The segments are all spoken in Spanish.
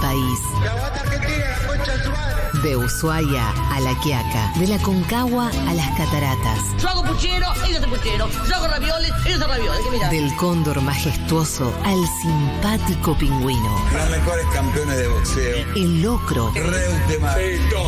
país. De Ushuaia a La Quiaca, de la Concagua a las Cataratas, Yo hago puchero, ellos hacen puchero. Yo hago ravioles, ellos hacen ravioles. ¿Qué mirá? del cóndor majestuoso al simpático pingüino, Los mejores campeones de boxeo. el locro, Reutemann,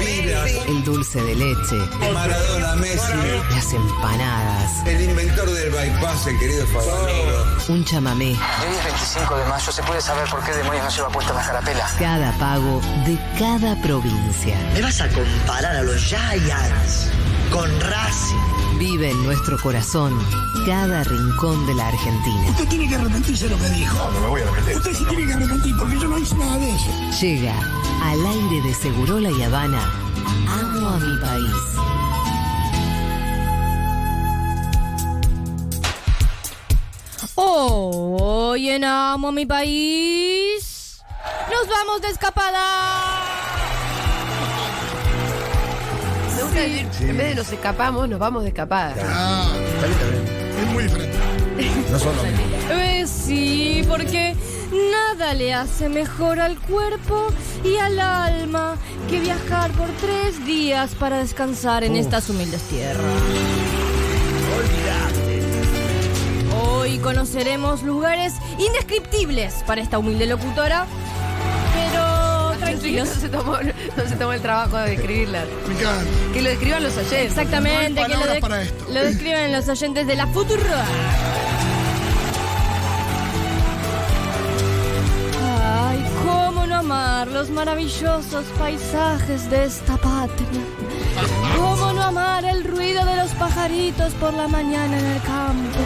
Vilas, el dulce de leche, Maradona, Messi, las empanadas, el inventor del bypass, el querido Fabanero. un chamamé, Hoy es 25 de mayo, ¿se puede saber por qué demonios no lleva puesta la carapela? cada pago de cada provincia. ¿Me vas a comparar a los Giants con Racing? Vive en nuestro corazón cada rincón de la Argentina. Usted tiene que arrepentirse de lo que dijo. No, no me voy a arrepentir. Usted sí tiene que arrepentir porque yo no hice nada de eso. Llega al aire de Segurola y Habana. Amo a mi país. Hoy en Amo a mi país, nos vamos de escapada. En vez de nos escapamos, nos vamos de escapada. Ah, está bien, está bien. Es muy diferente. No son lo mismo. Eh, sí, porque nada le hace mejor al cuerpo y al alma que viajar por tres días para descansar en estas humildes tierras. Hoy conoceremos lugares indescriptibles para esta humilde locutora, pero No tranquilos. se, tomó, no se tomó el trabajo de describirla. Me encanta. Que lo describan los ayer. Exactamente, No hay que lo, palabras de- para esto. lo describen los oyentes de la Futuroa. Ay, cómo no amar los maravillosos paisajes de esta patria. Cómo no amar el ruido de los pajaritos por la mañana en el campo.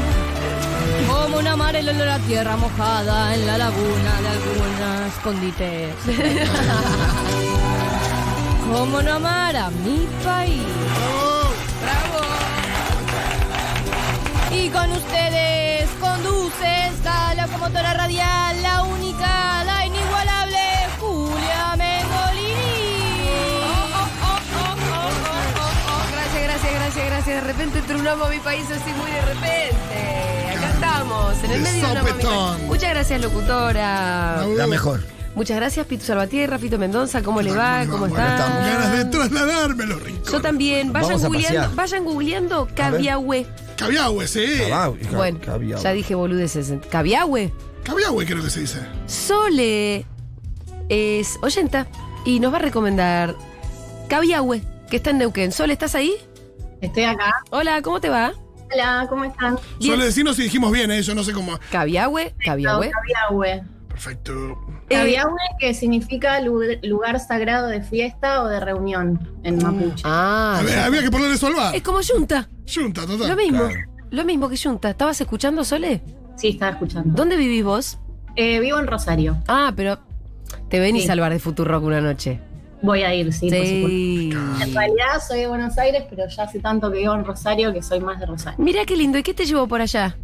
Cómo no amar el olor a tierra mojada en la laguna de algunas escondites. Cómo no amar a mi país. Y con ustedes conduce esta locomotora radial, la única, la inigualable, Julia Mengolini. Oh, gracias, gracias, gracias, gracias. De repente entró un amo a mi país así muy de repente. Acá estamos, en el De medio de un amo a mi sopetón. país. Muchas gracias, locutora. La mejor. Muchas gracias, Pitu Salvatierra, Fito Mendoza. ¿Cómo le va? ¿Cómo Con ganas de está? trasladármelo, rico. Yo también. Vayan Vamos a googleando, pasear. vayan googleando Cabiahue. Cabiahue, sí. Cabau- ca- Bueno, cabiau. ya dije boludeces. Cabiahue. Cabiahue creo que se dice. Sole es oyenta y nos va a recomendar Cabiahue, que está en Neuquén. Sole, ¿estás ahí? Estoy acá. Hola, ¿cómo te va? Hola, ¿cómo están? Bien. Solo decirnos si dijimos bien, ¿eh? yo no sé cómo. Cabiahue, Cabiahue. Cabiahue. Perfecto. Eh, Cabiahue, que significa lu- lugar sagrado de fiesta o de reunión en mapuche. Ah, Había, había que ponerle eso al bar. es como Yunta. Junta, total. Lo mismo. Claro. Lo mismo que Yunta. ¿Estabas escuchando, Sole? Sí, estaba escuchando. ¿Dónde vivís vos? Eh, vivo en Rosario. Ah, pero te venís Sí. al bar de Futurock una noche. Voy a ir, sí, por supuesto. Sí. En realidad soy de Buenos Aires, pero ya hace tanto que vivo en Rosario que soy más de Rosario. Mira qué lindo. ¿Y qué te llevó por allá?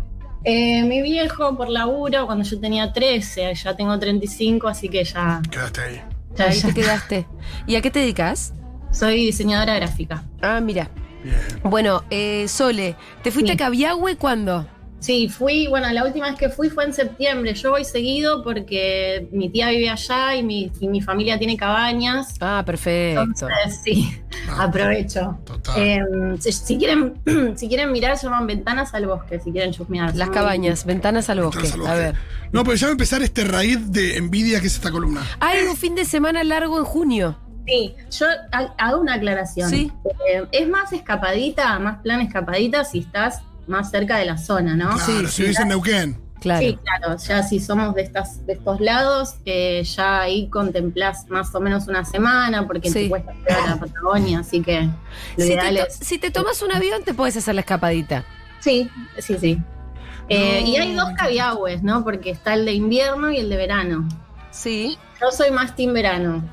Eh, mi viejo, por laburo, cuando yo tenía 13, ya tengo 35, así que ya, Quedaste ahí. ya, Ahí ya. te quedaste. ¿Y a qué te dedicas? Soy diseñadora gráfica. Ah, mira. Bueno, eh, Sole, ¿te fuiste Sí. a Cabiahue cuándo? Sí, fui, bueno, la última vez que fui fue en septiembre. Yo voy seguido porque mi tía vive allá y mi, y mi familia tiene cabañas. Ah, perfecto. Entonces, sí, aprovecho. Ah. Total. Eh, si, si quieren, si quieren mirar, se llaman ventanas al bosque, si quieren chusmear. Las cabañas, ventanas al bosque. Entras al A bosque. ver. No, pero ya va a empezar este raíz de envidia que es esta columna. Hay un fin de semana largo en junio. Sí, yo ha- hago una aclaración. Sí. Eh, es más escapadita, más plan escapadita si estás más cerca de la zona, ¿no? Claro, si vivís en Neuquén. Claro. Sí, claro, ya si somos de estas, de estos lados, eh, ya ahí contemplás más o menos una semana, porque Sí. te cuesta llegar a la Patagonia, así que lo Si ideal te, to- es. si te tomas un avión, te puedes hacer la escapadita. Sí, sí, sí. Eh, No. y hay dos cabiagües, ¿no? Porque está el de invierno y el de verano. Sí. Yo soy más team verano.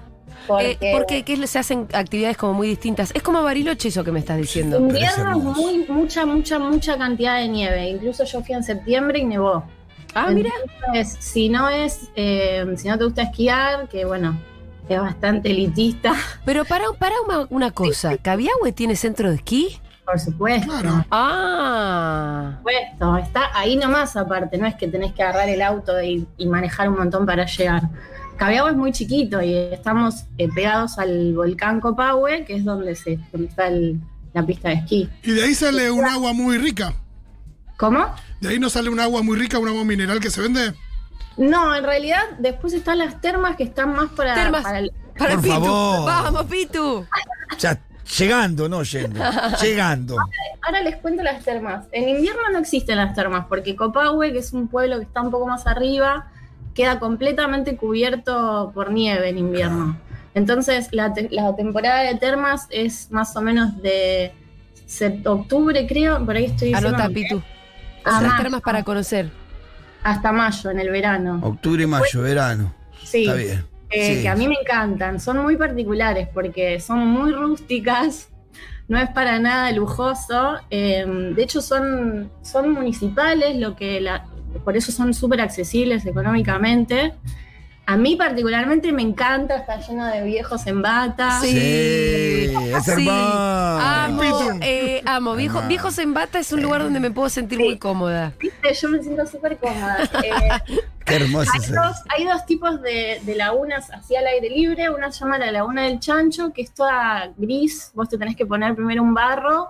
Porque, Eh, porque que se hacen actividades como muy distintas. Es como Bariloche eso que me estás diciendo. invierno es hermoso. muy, mucha, mucha, mucha cantidad de nieve. Incluso yo fui en septiembre y nevó. Ah, mira. Entonces, si no es, eh, si no te gusta esquiar, que bueno, es bastante elitista. Pero para, para una, una cosa, ¿Cabiahue tiene centro de esquí? Por supuesto. Claro. Ah. Por supuesto. Está ahí nomás aparte, no es que tenés que agarrar el auto y, y manejar un montón para llegar. Cabiagua es muy chiquito y estamos eh, pegados al volcán Copahue, que es donde se donde está el- la pista de esquí. Y de ahí sale un agua muy rica. ¿Cómo? De ahí no sale un agua muy rica, un agua mineral que se vende. No, en realidad después están las termas que están más para, Termas. para el- Para Por Pitu. favor. Vamos, Pitu. Ya, llegando, no yendo. llegando. Ahora les cuento las termas. En invierno no existen las termas porque Copahue, que es un pueblo que está un poco más arriba, queda completamente cubierto por nieve en invierno. Entonces la, te- la temporada de termas es más o menos de sept- octubre, creo, por ahí estoy diciendo, Anota, Pitu. Las Ah, mayo. termas para conocer. hasta mayo, en el verano. Octubre, mayo, verano. Sí. Está bien. eh, Sí. que a mí me encantan. Son muy particulares porque son muy rústicas, no es para nada lujoso. eh, de hecho, son, son municipales, lo que la- por eso son súper accesibles económicamente. A mí particularmente me encanta, está lleno de viejos en bata. Sí. es hermoso. Amo, Pitu. eh, amo. Viejo, viejos en bata es un lugar donde me puedo sentir muy cómoda. Viste, Yo me siento súper cómoda. Eh, Qué hermoso. Hay dos, hay dos tipos de, de lagunas así al aire libre. Una se llama la laguna del chancho, que es toda gris. Vos te tenés que poner primero un barro.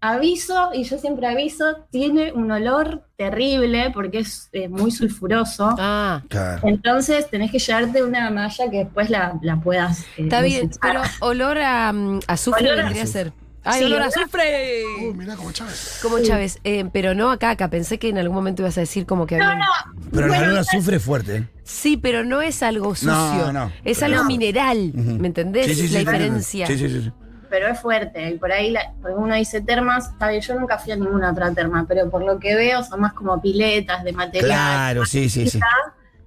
Aviso, y yo siempre aviso, tiene un olor terrible porque es eh, muy sulfuroso. Ah, Claro. Entonces tenés que llevarte una malla que después la, la puedas. eh, está bien, desechar. pero olor a mm, azufre Olor a vendría a ser. Ay, Sí, olor a olor a- azufre. Uh, mirá como Chávez. Como Chávez, eh, pero no a caca. Pensé que en algún momento ibas a decir como que había. Pero la luna sufre fuerte. ¿eh? Sí, pero no es algo sucio. no, es pero algo no. mineral. ¿Me entendés? Sí, sí, sí, la sí, diferencia. Sí, sí, sí. sí. pero es fuerte. Y por ahí la- porque uno dice termas, está bien, yo nunca fui a ninguna otra terma, pero por lo que veo son más como piletas de material. Claro, sí, sí, sí.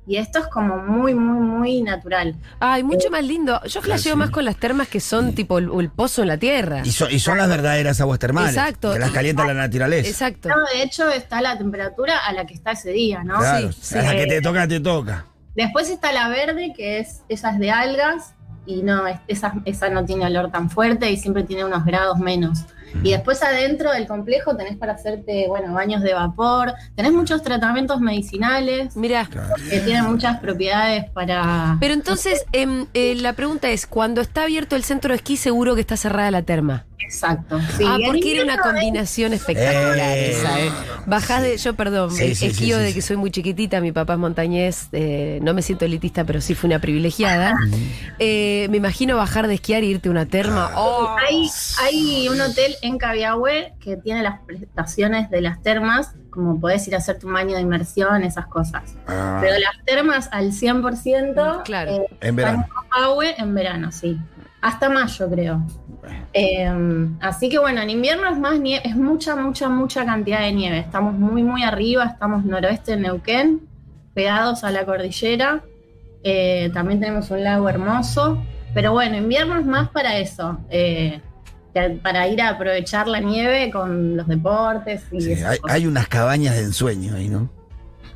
Y esto es como muy, muy, muy natural. Ay, mucho más lindo. Yo flasheo más con las termas que son tipo el, el pozo en la tierra. Y, son- y son las verdaderas aguas termales. Exacto. Que las calienta la naturaleza. Exacto. No, de hecho, está la temperatura a la que está ese día, ¿no? Claro. Sí, sí. a la que te toca, te toca. Después está la verde, que es esas de algas, y no, es- esa, esa no tiene olor tan fuerte y siempre tiene unos grados menos. Y después adentro del complejo tenés para hacerte, bueno, baños de vapor, tenés muchos tratamientos medicinales Mirá. que tienen muchas propiedades para... Pero entonces, em, eh, la pregunta es, cuando está abierto el centro de esquí, seguro que está cerrada la terma. Exacto. sí. ah, Y el porque era una invierno es- combinación espectacular Eh. esa, ¿eh? Bajás de, yo perdón, eh, Sí, sí, sí, esquío sí, de sí. que soy muy chiquitita, mi papá es montañés, eh, no me siento elitista, pero sí fue una privilegiada. Ah. Eh, me imagino bajar de esquiar e irte a una terma. Oh, Hay, hay un hotel en Cabiahue que tiene las prestaciones de las termas, como podés ir a hacerte un baño de inmersión, esas cosas. Pero las termas al 100% Claro. eh, En verano. están en Cabiahue en verano, sí. Hasta mayo, creo. Eh, así que bueno, en invierno es más nie- es mucha, mucha, mucha cantidad de nieve. Estamos muy, muy arriba, estamos noroeste de Neuquén, pegados a la cordillera. Eh, también tenemos un lago hermoso. Pero bueno, invierno es más para eso. eh, que- para ir a aprovechar la nieve con los deportes y Sí, esas hay, cosas. hay unas cabañas de ensueño ahí, ¿no?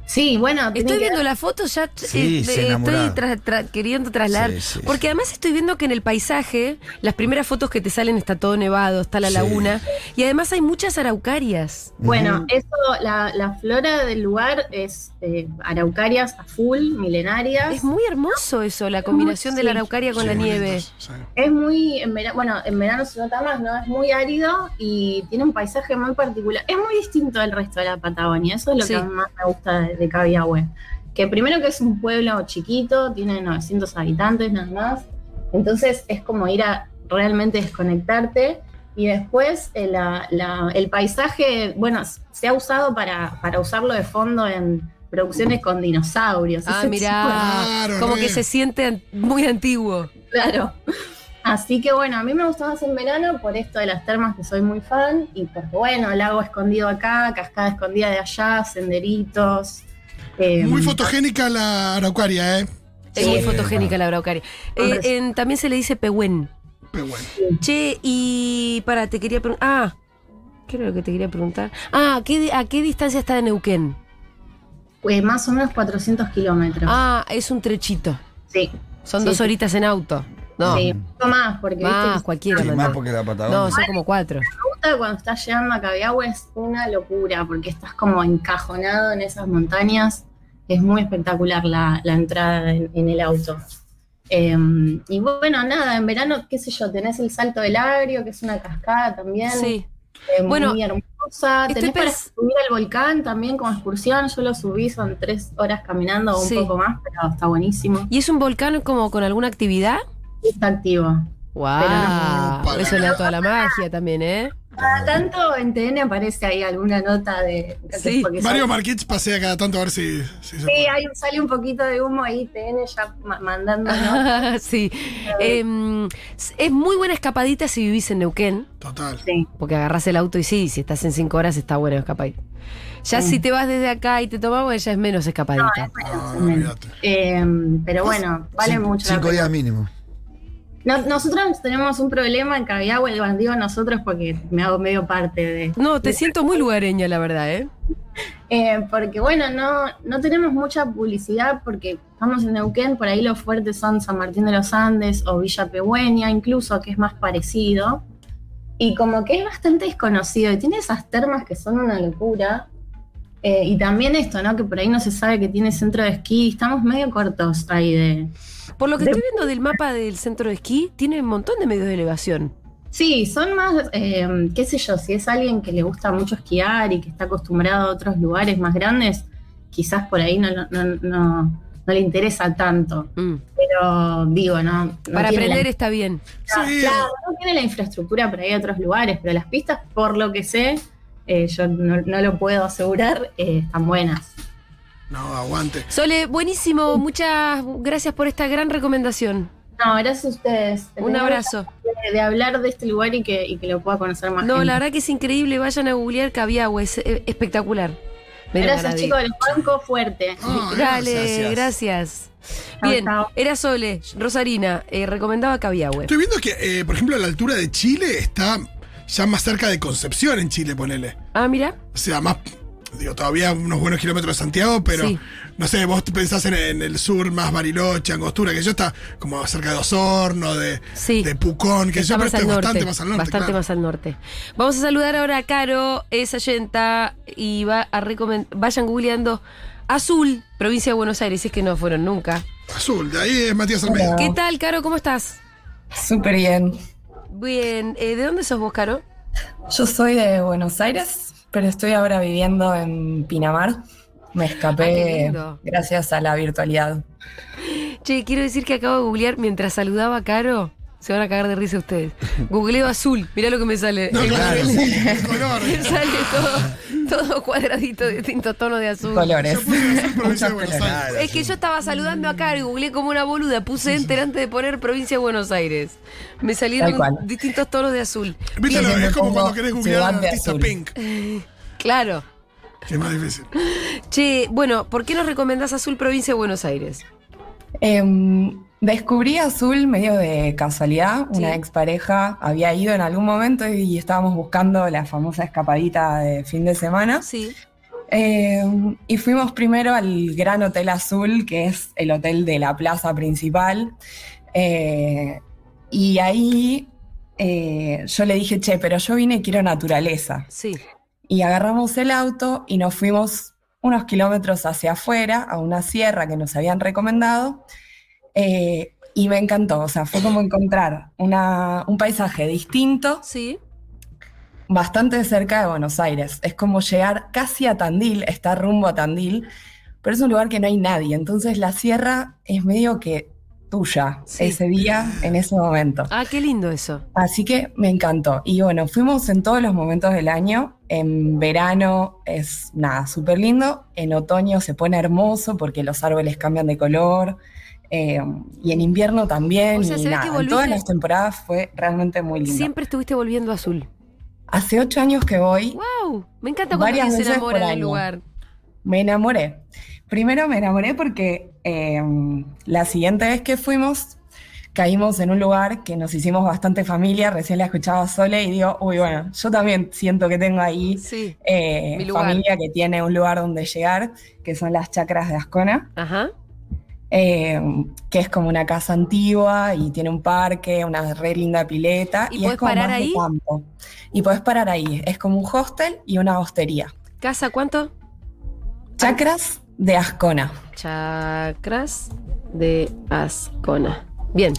Sí, bueno, Estoy tienen que viendo ver- las fotos ya t- Sí, eh, se eh, estoy enamoraba. tra- tra- queriendo trasladar. Sí, sí, porque sí. además estoy viendo que en el paisaje, las primeras fotos que te salen está todo nevado, está la Sí. laguna. Y además hay muchas araucarias. Bueno, eso, la, la flora del lugar es eh, araucarias a full, Ah, milenarias. Es muy hermoso eso, la combinación de la araucaria con la nieve. Sí. Es muy, en vera- bueno, en verano se nota más, ¿no? Es muy árido y tiene un paisaje muy particular. Es muy distinto al resto de la Patagonia, eso es lo Sí. que más me gusta de, de Cabiahue. Que primero que es un pueblo chiquito, tiene 900 habitantes nada más, entonces es como ir a realmente desconectarte. Y después eh, la- la- el paisaje, bueno, s- se ha usado para, para usarlo de fondo en producciones con dinosaurios. Ah, ese mirá, Claro, como re. eh. que se siente an- muy antiguo. Claro. Así que bueno, a mí me gusta más en verano por esto de las termas que soy muy fan y pues bueno, lago escondido acá, cascada escondida de allá, senderitos. eh, Muy fotogénica la araucaria, ¿eh? Es muy fotogénica la araucaria. Eh, Hombre. en- también se le dice pehuen. Pero bueno. Che, y para, te quería preguntar. Ah, ¿qué era lo que te quería preguntar? Ah, ¿a qué, di- ¿a qué distancia está de Neuquén? pues, más o menos 400 kilómetros. Ah, es un trechito. sí. Son Sí, dos sí. horitas en auto. No, Sí, un poco más, porque viste más, que cualquiera. Sí, mandó. más porque la Patagonia. no, son como cuatro. costa cuando estás llegando a Cabiagua es una locura porque estás como encajonado en esas montañas. Es muy espectacular la, la entrada en, en el auto. Eh, y bueno, nada, en verano, qué sé yo, tenés el Salto del Agrio, que es una cascada también. Sí. eh, muy Bueno, hermosa. estoy Tenés para pens- subir al volcán también como excursión. Yo lo subí, son tres horas caminando o un Sí. poco más, pero está buenísimo. ¿Y es un volcán como con alguna actividad? Está activo. ¡Wow! Pero no- Eso le da toda la magia también, ¿eh? Cada tanto en TN aparece ahí alguna nota de. de- Sí. porque Mario sale- Marquez pasea cada tanto a ver si, si se Sí, hay, sale un poquito de humo ahí, TN ya ma- mandando. ¿no? sí. Em, es muy buena escapadita si vivís en Neuquén, Total. Sí. porque agarrás el auto y sí, si estás en cinco horas está buena escapadita. Ya Mm. si te vas desde acá y te tomamos, ya es menos escapadita. No, no, Ah, olvídate. Eh, pero Pues, bueno, vale Cin- mucho. la Cinco pena. días mínimo. No- nosotros tenemos un problema en Cabiagua, y bueno, digo nosotros porque me hago medio parte de. No, te siento muy lugareña, la verdad, ¿eh? Eh, porque bueno, no, no tenemos mucha publicidad porque estamos en Neuquén, por ahí los fuertes son San Martín de los Andes o Villa Pehueña, incluso que es más parecido. Y como que es bastante desconocido y tiene esas termas que son una locura. Eh, y también esto, ¿no? Que por ahí no se sabe que tiene centro de esquí. Estamos medio cortos ahí de... Por lo que estoy viendo del mapa del centro de esquí, tiene un montón de medios de elevación. Sí, son más, eh, qué sé yo, si es alguien que le gusta mucho esquiar y que está acostumbrado a otros lugares más grandes, quizás por ahí no, no, no- no- no le interesa tanto. Mm. Pero digo, no. no Para tiene la- aprender está bien. Sí. Claro, no tiene la infraestructura para ir a otros lugares, pero las pistas, por lo que sé, eh, yo no, no lo puedo asegurar, eh, están buenas. No, aguante. Sole, buenísimo. Muchas gracias por esta gran recomendación. No, gracias a ustedes. Un Tenía abrazo. ganas De, de hablar de este lugar y que, y que lo pueda conocer más. No, gente. la verdad que es increíble. Vayan a googlear Cabiagua. Es eh, espectacular. Me dieron Gracias, ganas de chicos, los banco fuerte. Mm. Ah, Dale, gracias. Chao, Bien, chao. era Sole, Rosarina, eh, recomendaba Cabiahue. Estoy viendo que, eh, por ejemplo, a la altura de Chile está ya más cerca de Concepción en Chile, ponele. Ah, mira. O sea, más. Digo, todavía unos buenos kilómetros de Santiago, pero Sí. no sé, vos pensás en, en el sur más Bariloche, Angostura, que yo está como cerca de Osorno, de, Sí. de Pucón, que Está yo, pero más esto al es norte. bastante más al norte. bastante claro. más al norte. Vamos a saludar ahora a Caro, es Allenta, y va a recomendar. Vayan googleando Azul, provincia de Buenos Aires, si es que no fueron nunca. Azul, de ahí es Matías Almeida. ¿Qué tal, Caro? ¿Cómo estás? Súper bien. Bien, eh, ¿de dónde sos vos, Caro? Yo soy de Buenos Aires, pero estoy ahora viviendo en Pinamar. Me Ah, qué escapé lindo. gracias a la virtualidad. Che, quiero decir que acabo de googlear mientras saludaba a Caro. Se van a cagar de risa ustedes. Googleo azul, mirá lo que me sale. No, Eh, claro. el color. eh. Me sale todo, todo cuadradito de distinto tono de azul. Colores. Yo puse Azul, provincia de Muchos Buenos colores. Aires. Es que yo estaba saludando a Caro y googleé como una boluda. Puse enter antes de poner provincia de Buenos Aires. Me salieron Tal cual. distintos tonos de azul. Viste, lo- Bien, es me como pongo cuando querés googlear al Ciudad de artista Azul. Pink, Claro. que es más difícil. Che, bueno, ¿por qué nos recomendás azul provincia de Buenos Aires? Em, descubrí Azul medio de casualidad. Una Sí. expareja había ido en algún momento y estábamos buscando la famosa escapadita de fin de semana. Sí. Eh, y fuimos primero al Gran Hotel Azul, que es el hotel de la plaza principal. Eh, y ahí eh, yo le dije, che, pero yo vine y quiero naturaleza. Sí. Y agarramos el auto y nos fuimos unos kilómetros hacia afuera, a una sierra que nos habían recomendado. Eh, y me encantó, o sea, fue como encontrar una- un paisaje distinto Sí. bastante cerca de Buenos Aires. Es como llegar casi a Tandil, está rumbo a Tandil, pero es un lugar que no hay nadie. Entonces la sierra es medio que tuya Sí. ese día, en ese momento. Ah, qué lindo eso. Así que me encantó. Y bueno, fuimos en todos los momentos del año. En verano es nada, súper lindo. En otoño se pone hermoso porque los árboles cambian de color. Eh, y en invierno también. O sea, y se ve nada, que en todas volviste- las temporadas fue realmente muy lindo. Siempre estuviste volviendo a azul. Hace ocho años que voy. ¡Wow! Me encanta cuando Varias alguien se veces enamora por del año. lugar. Me enamoré. Primero me enamoré porque eh, la siguiente vez que fuimos caímos en un lugar que nos hicimos bastante familia, recién la escuchaba Sole y digo, uy, bueno, yo también siento que tengo ahí Sí. eh, Mi lugar. familia que tiene un lugar donde llegar, que son las chacras de Ascona. Ajá. eh, que es como una casa antigua y tiene un parque, una re linda pileta. ¿Y es podés como parar más de ahí? campo. Y podés parar ahí. Es como un hostel y una hostería. ¿Casa cuánto? Chacras de Ascona. Chacras de Ascona. Bien.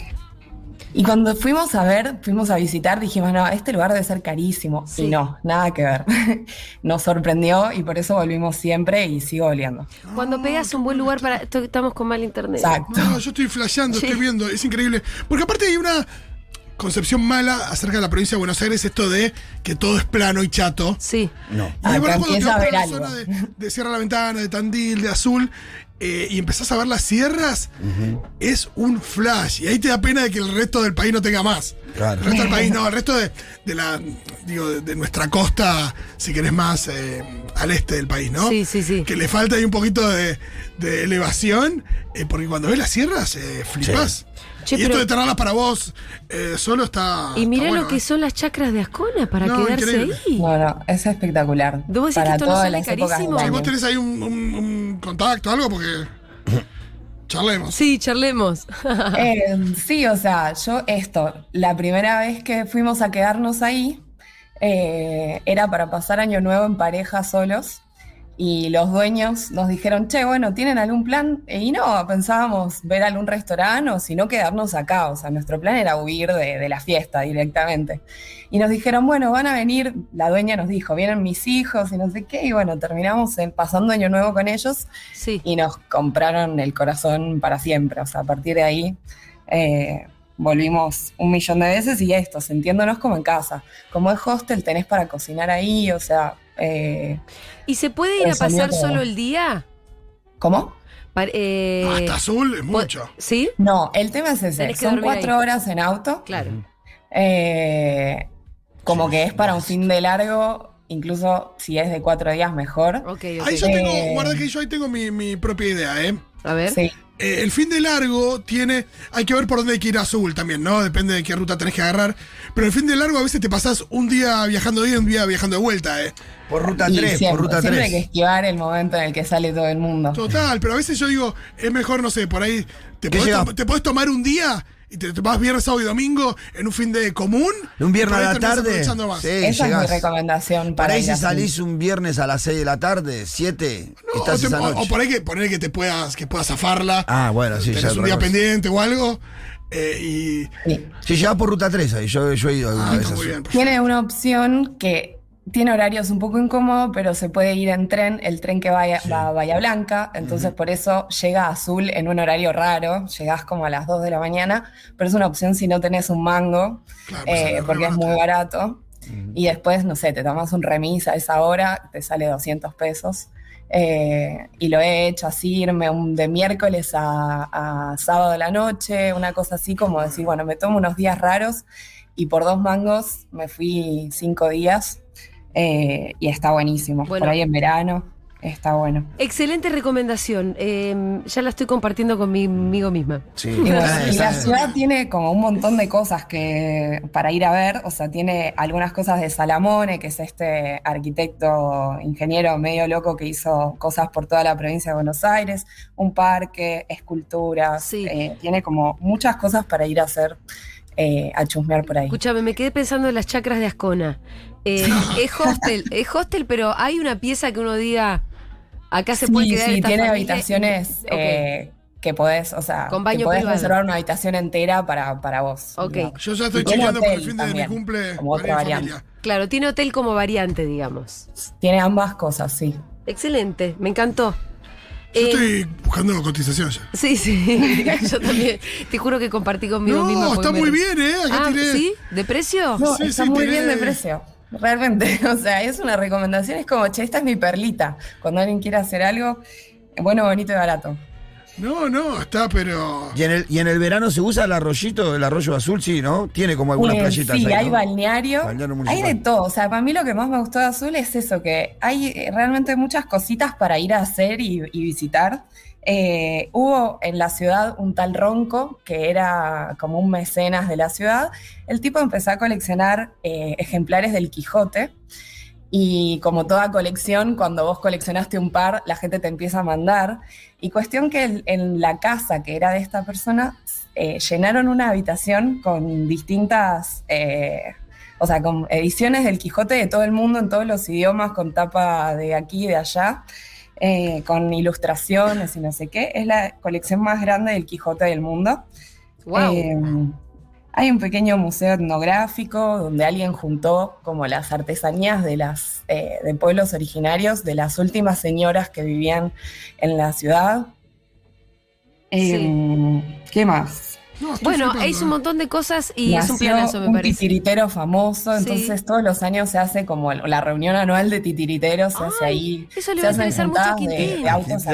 Y cuando fuimos a ver, fuimos a visitar, dijimos, no, este lugar debe ser carísimo. Sí. Y no, nada que ver. Nos sorprendió y por eso volvimos siempre y sigo oliendo. Cuando pegas un buen lugar para. esto- Estamos con mal internet. Exacto. No, yo estoy flasheando, estoy viendo, es increíble. Porque aparte hay una concepción mala acerca de la provincia de Buenos Aires, esto de que todo es plano y chato. Sí. No. Ah, Acá cuando te empieza a vas para ver la algo. zona de, de Cierra la Ventana, de Tandil, de Azul, eh, y empezás a ver las sierras, es un flash. Y ahí te da pena de que el resto del país no tenga más. Claro. El resto del país no, el resto de, de la, digo, de, de nuestra costa, si querés más, eh, al este del país, ¿no? Sí, sí, sí. Que le falta ahí un poquito de, de elevación, eh, porque cuando ves las sierras, eh, flipás. Che, y esto pero- de tenerlas para vos eh, solo está. Y mirá está bueno, lo que ¿eh? son las chacras de Ascona para No, quedarse increíble. ahí. No, no, es espectacular. ¿Vos decís que Para esto no todas sale las épocas del carísimo? Si año. vos tenés ahí un, un- un contacto, algo, porque. Charlemos. Sí, charlemos. Eh, sí, o sea, yo esto, la primera vez que fuimos a quedarnos ahí, eh, era para pasar Año Nuevo en pareja solos. Y los dueños nos dijeron, che, bueno, ¿tienen algún plan? Y no, pensábamos ver algún restaurante o si no quedarnos acá. O sea, nuestro plan era huir de, de la fiesta directamente. Y nos dijeron, bueno, van a venir, la dueña nos dijo, vienen mis hijos y no sé qué. Y bueno, terminamos en- pasando Año Nuevo con ellos Sí. y nos compraron el corazón para siempre. O sea, a partir de ahí eh, volvimos un millón de veces y esto, sintiéndonos como en casa. Como es hostel, tenés para cocinar ahí, o sea, eh, ¿Y se puede ir a Pues, amigo, pasar como- solo el día? ¿cómo? Pa- eh, Hasta azul es po- mucho. ¿Sí? No, el tema es ese. Tenés que Son dormir cuatro ahí. horas en auto. Claro. eh, como que es para un fin de largo, incluso si es de cuatro días, mejor. Ok, ok. Ahí yo tengo, Eh. guarda que yo ahí tengo mi, mi propia idea, ¿eh? A ver. Sí. Eh, El fin de largo tiene. Hay que ver por dónde hay que ir a azul también, ¿no? Depende de qué ruta tenés que agarrar. Pero el fin de largo a veces te pasás un día viajando de ida y un día viajando de vuelta, ¿eh? Por ruta Y 3, por siempre, ruta siempre hay que 3. esquivar el momento en el que sale todo el mundo. Total, pero a veces yo digo, es mejor, no sé, por ahí. Te ¿Qué podés, lleva? tom- te podés tomar un día y te, te vas viernes, sábado y domingo en un fin de común. Un viernes y por ahí a la terminás tarde. aprovechando más. sí, Esa es llegás. mi recomendación Para para ahí ir si a salir. salís un viernes a las 6 de la tarde, 7, No, o, estás te- esa o- noche. o por ahí que poner que te puedas, que puedas zafarla. Ah, bueno, sí, ya tenés es un otra día cosa. pendiente o algo. eh, y. Sí. Si llegás por ruta 3 ahí, yo, yo he ido alguna Ah, vez no, a muy su- bien. Tiene una opción que tiene horarios un poco incómodos, pero se puede ir en tren, el tren que vaya, va a Bahía Blanca, entonces por eso llega a Azul en un horario raro, llegás como a las 2 de la mañana, pero es una opción si no tenés un mango, Claro, pues, eh, sale re porque es barato. muy barato, y después, no sé, te tomas un remis a esa hora, te sale 200 pesos. eh, y lo he hecho así, irme un- de miércoles a, a sábado a la noche, una cosa así como decir, bueno, me tomo unos días raros y por dos mangos me fui cinco días eh, y está buenísimo. Bueno. Por ahí en verano está bueno. Excelente recomendación. Eh, ya la estoy compartiendo conmigo misma. Sí, Y, bueno, ah, y la esa- ciudad tiene como un montón de cosas que para ir a ver, o sea, tiene algunas cosas de Salamone, que es este arquitecto, ingeniero medio loco que hizo cosas por toda la provincia de Buenos Aires, un parque, esculturas, Sí. eh, tiene como muchas cosas para ir a hacer, eh, a chusmear por ahí. Escúchame, me quedé pensando en las chacras de Ascona. Eh, es hostel, es hostel, pero hay una pieza que uno diga, acá se puede Sí, quedar sí, esta tiene familia. habitaciones Ok. eh, que podés, o sea, Con baño que podés privado. reservar una habitación entera para, para vos. Ok. digamos. Yo ya estoy Y tiene chequeando por el hotel fin de mi también, cumple. como otra para ir en variante. familia. Claro, tiene hotel como variante, digamos. Tiene ambas cosas, sí. Excelente, me encantó. Yo Eh, estoy buscando cotizaciones. Sí, sí, yo también. Te juro que compartí conmigo No, misma. porque está me- muy bien, ¿eh? Acá Ah, tiré. ¿sí? ¿De precio? No, Sí, está sí, muy tenés- bien de precio. Realmente, o sea, es una recomendación, es como, che, esta es mi perlita. Cuando alguien quiera hacer algo, bueno, bonito y barato. No, no, está, pero. Y en, el, y en el verano se usa el arroyito, el arroyo azul, sí, ¿no? Tiene como algunas Eh, playitas sí, ahí, hay ¿no? balneario, Balneario hay municipal. de todo. O sea, para mí lo que más me gustó de Azul es eso, que hay eh, realmente muchas cositas para ir a hacer y, y visitar. Eh, hubo en la ciudad un tal Ronco, que era como un mecenas de la ciudad. El tipo empezó a coleccionar eh, ejemplares del Quijote Y como toda colección, cuando vos coleccionaste un par, la gente te empieza a mandar. Y cuestión que en, en la casa que era de esta persona, eh, llenaron una habitación con distintas, eh, o sea, con ediciones del Quijote de todo el mundo, en todos los idiomas, con tapa de aquí y de allá, eh, con ilustraciones y no sé qué. Es la colección más grande del Quijote del mundo. Guau. Eh, hay un pequeño museo etnográfico donde alguien juntó como las artesanías de, las, eh, de pueblos originarios, de las últimas señoras que vivían en la ciudad. Em, ¿Qué más? Bueno, eh. hizo un montón de cosas y es un Nació planazo, me un parece. titiritero famoso, Sí. entonces todos los años se hace como la reunión anual de titiriteros, se hace ahí. Eso le se va a hacen interesar mucho a juntadas de, Quintín. de autos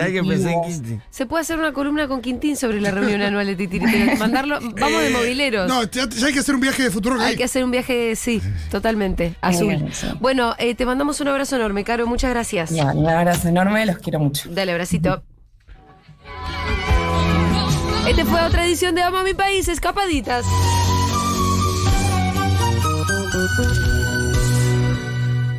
antiguos. Se puede hacer una columna con Quintín sobre la reunión anual de Titiriteros. Mandarlo, vamos de Eh, mobileros. No, ya, ya hay que hacer un viaje de futuro. Hay que hacer un viaje, sí, totalmente, azul. Bien, sí. Bueno, eh, te mandamos un abrazo enorme, Caro, muchas gracias. Ya, un abrazo enorme, los quiero mucho. Dale, abracito. Este fue otra edición de Amo a mi país, escapaditas.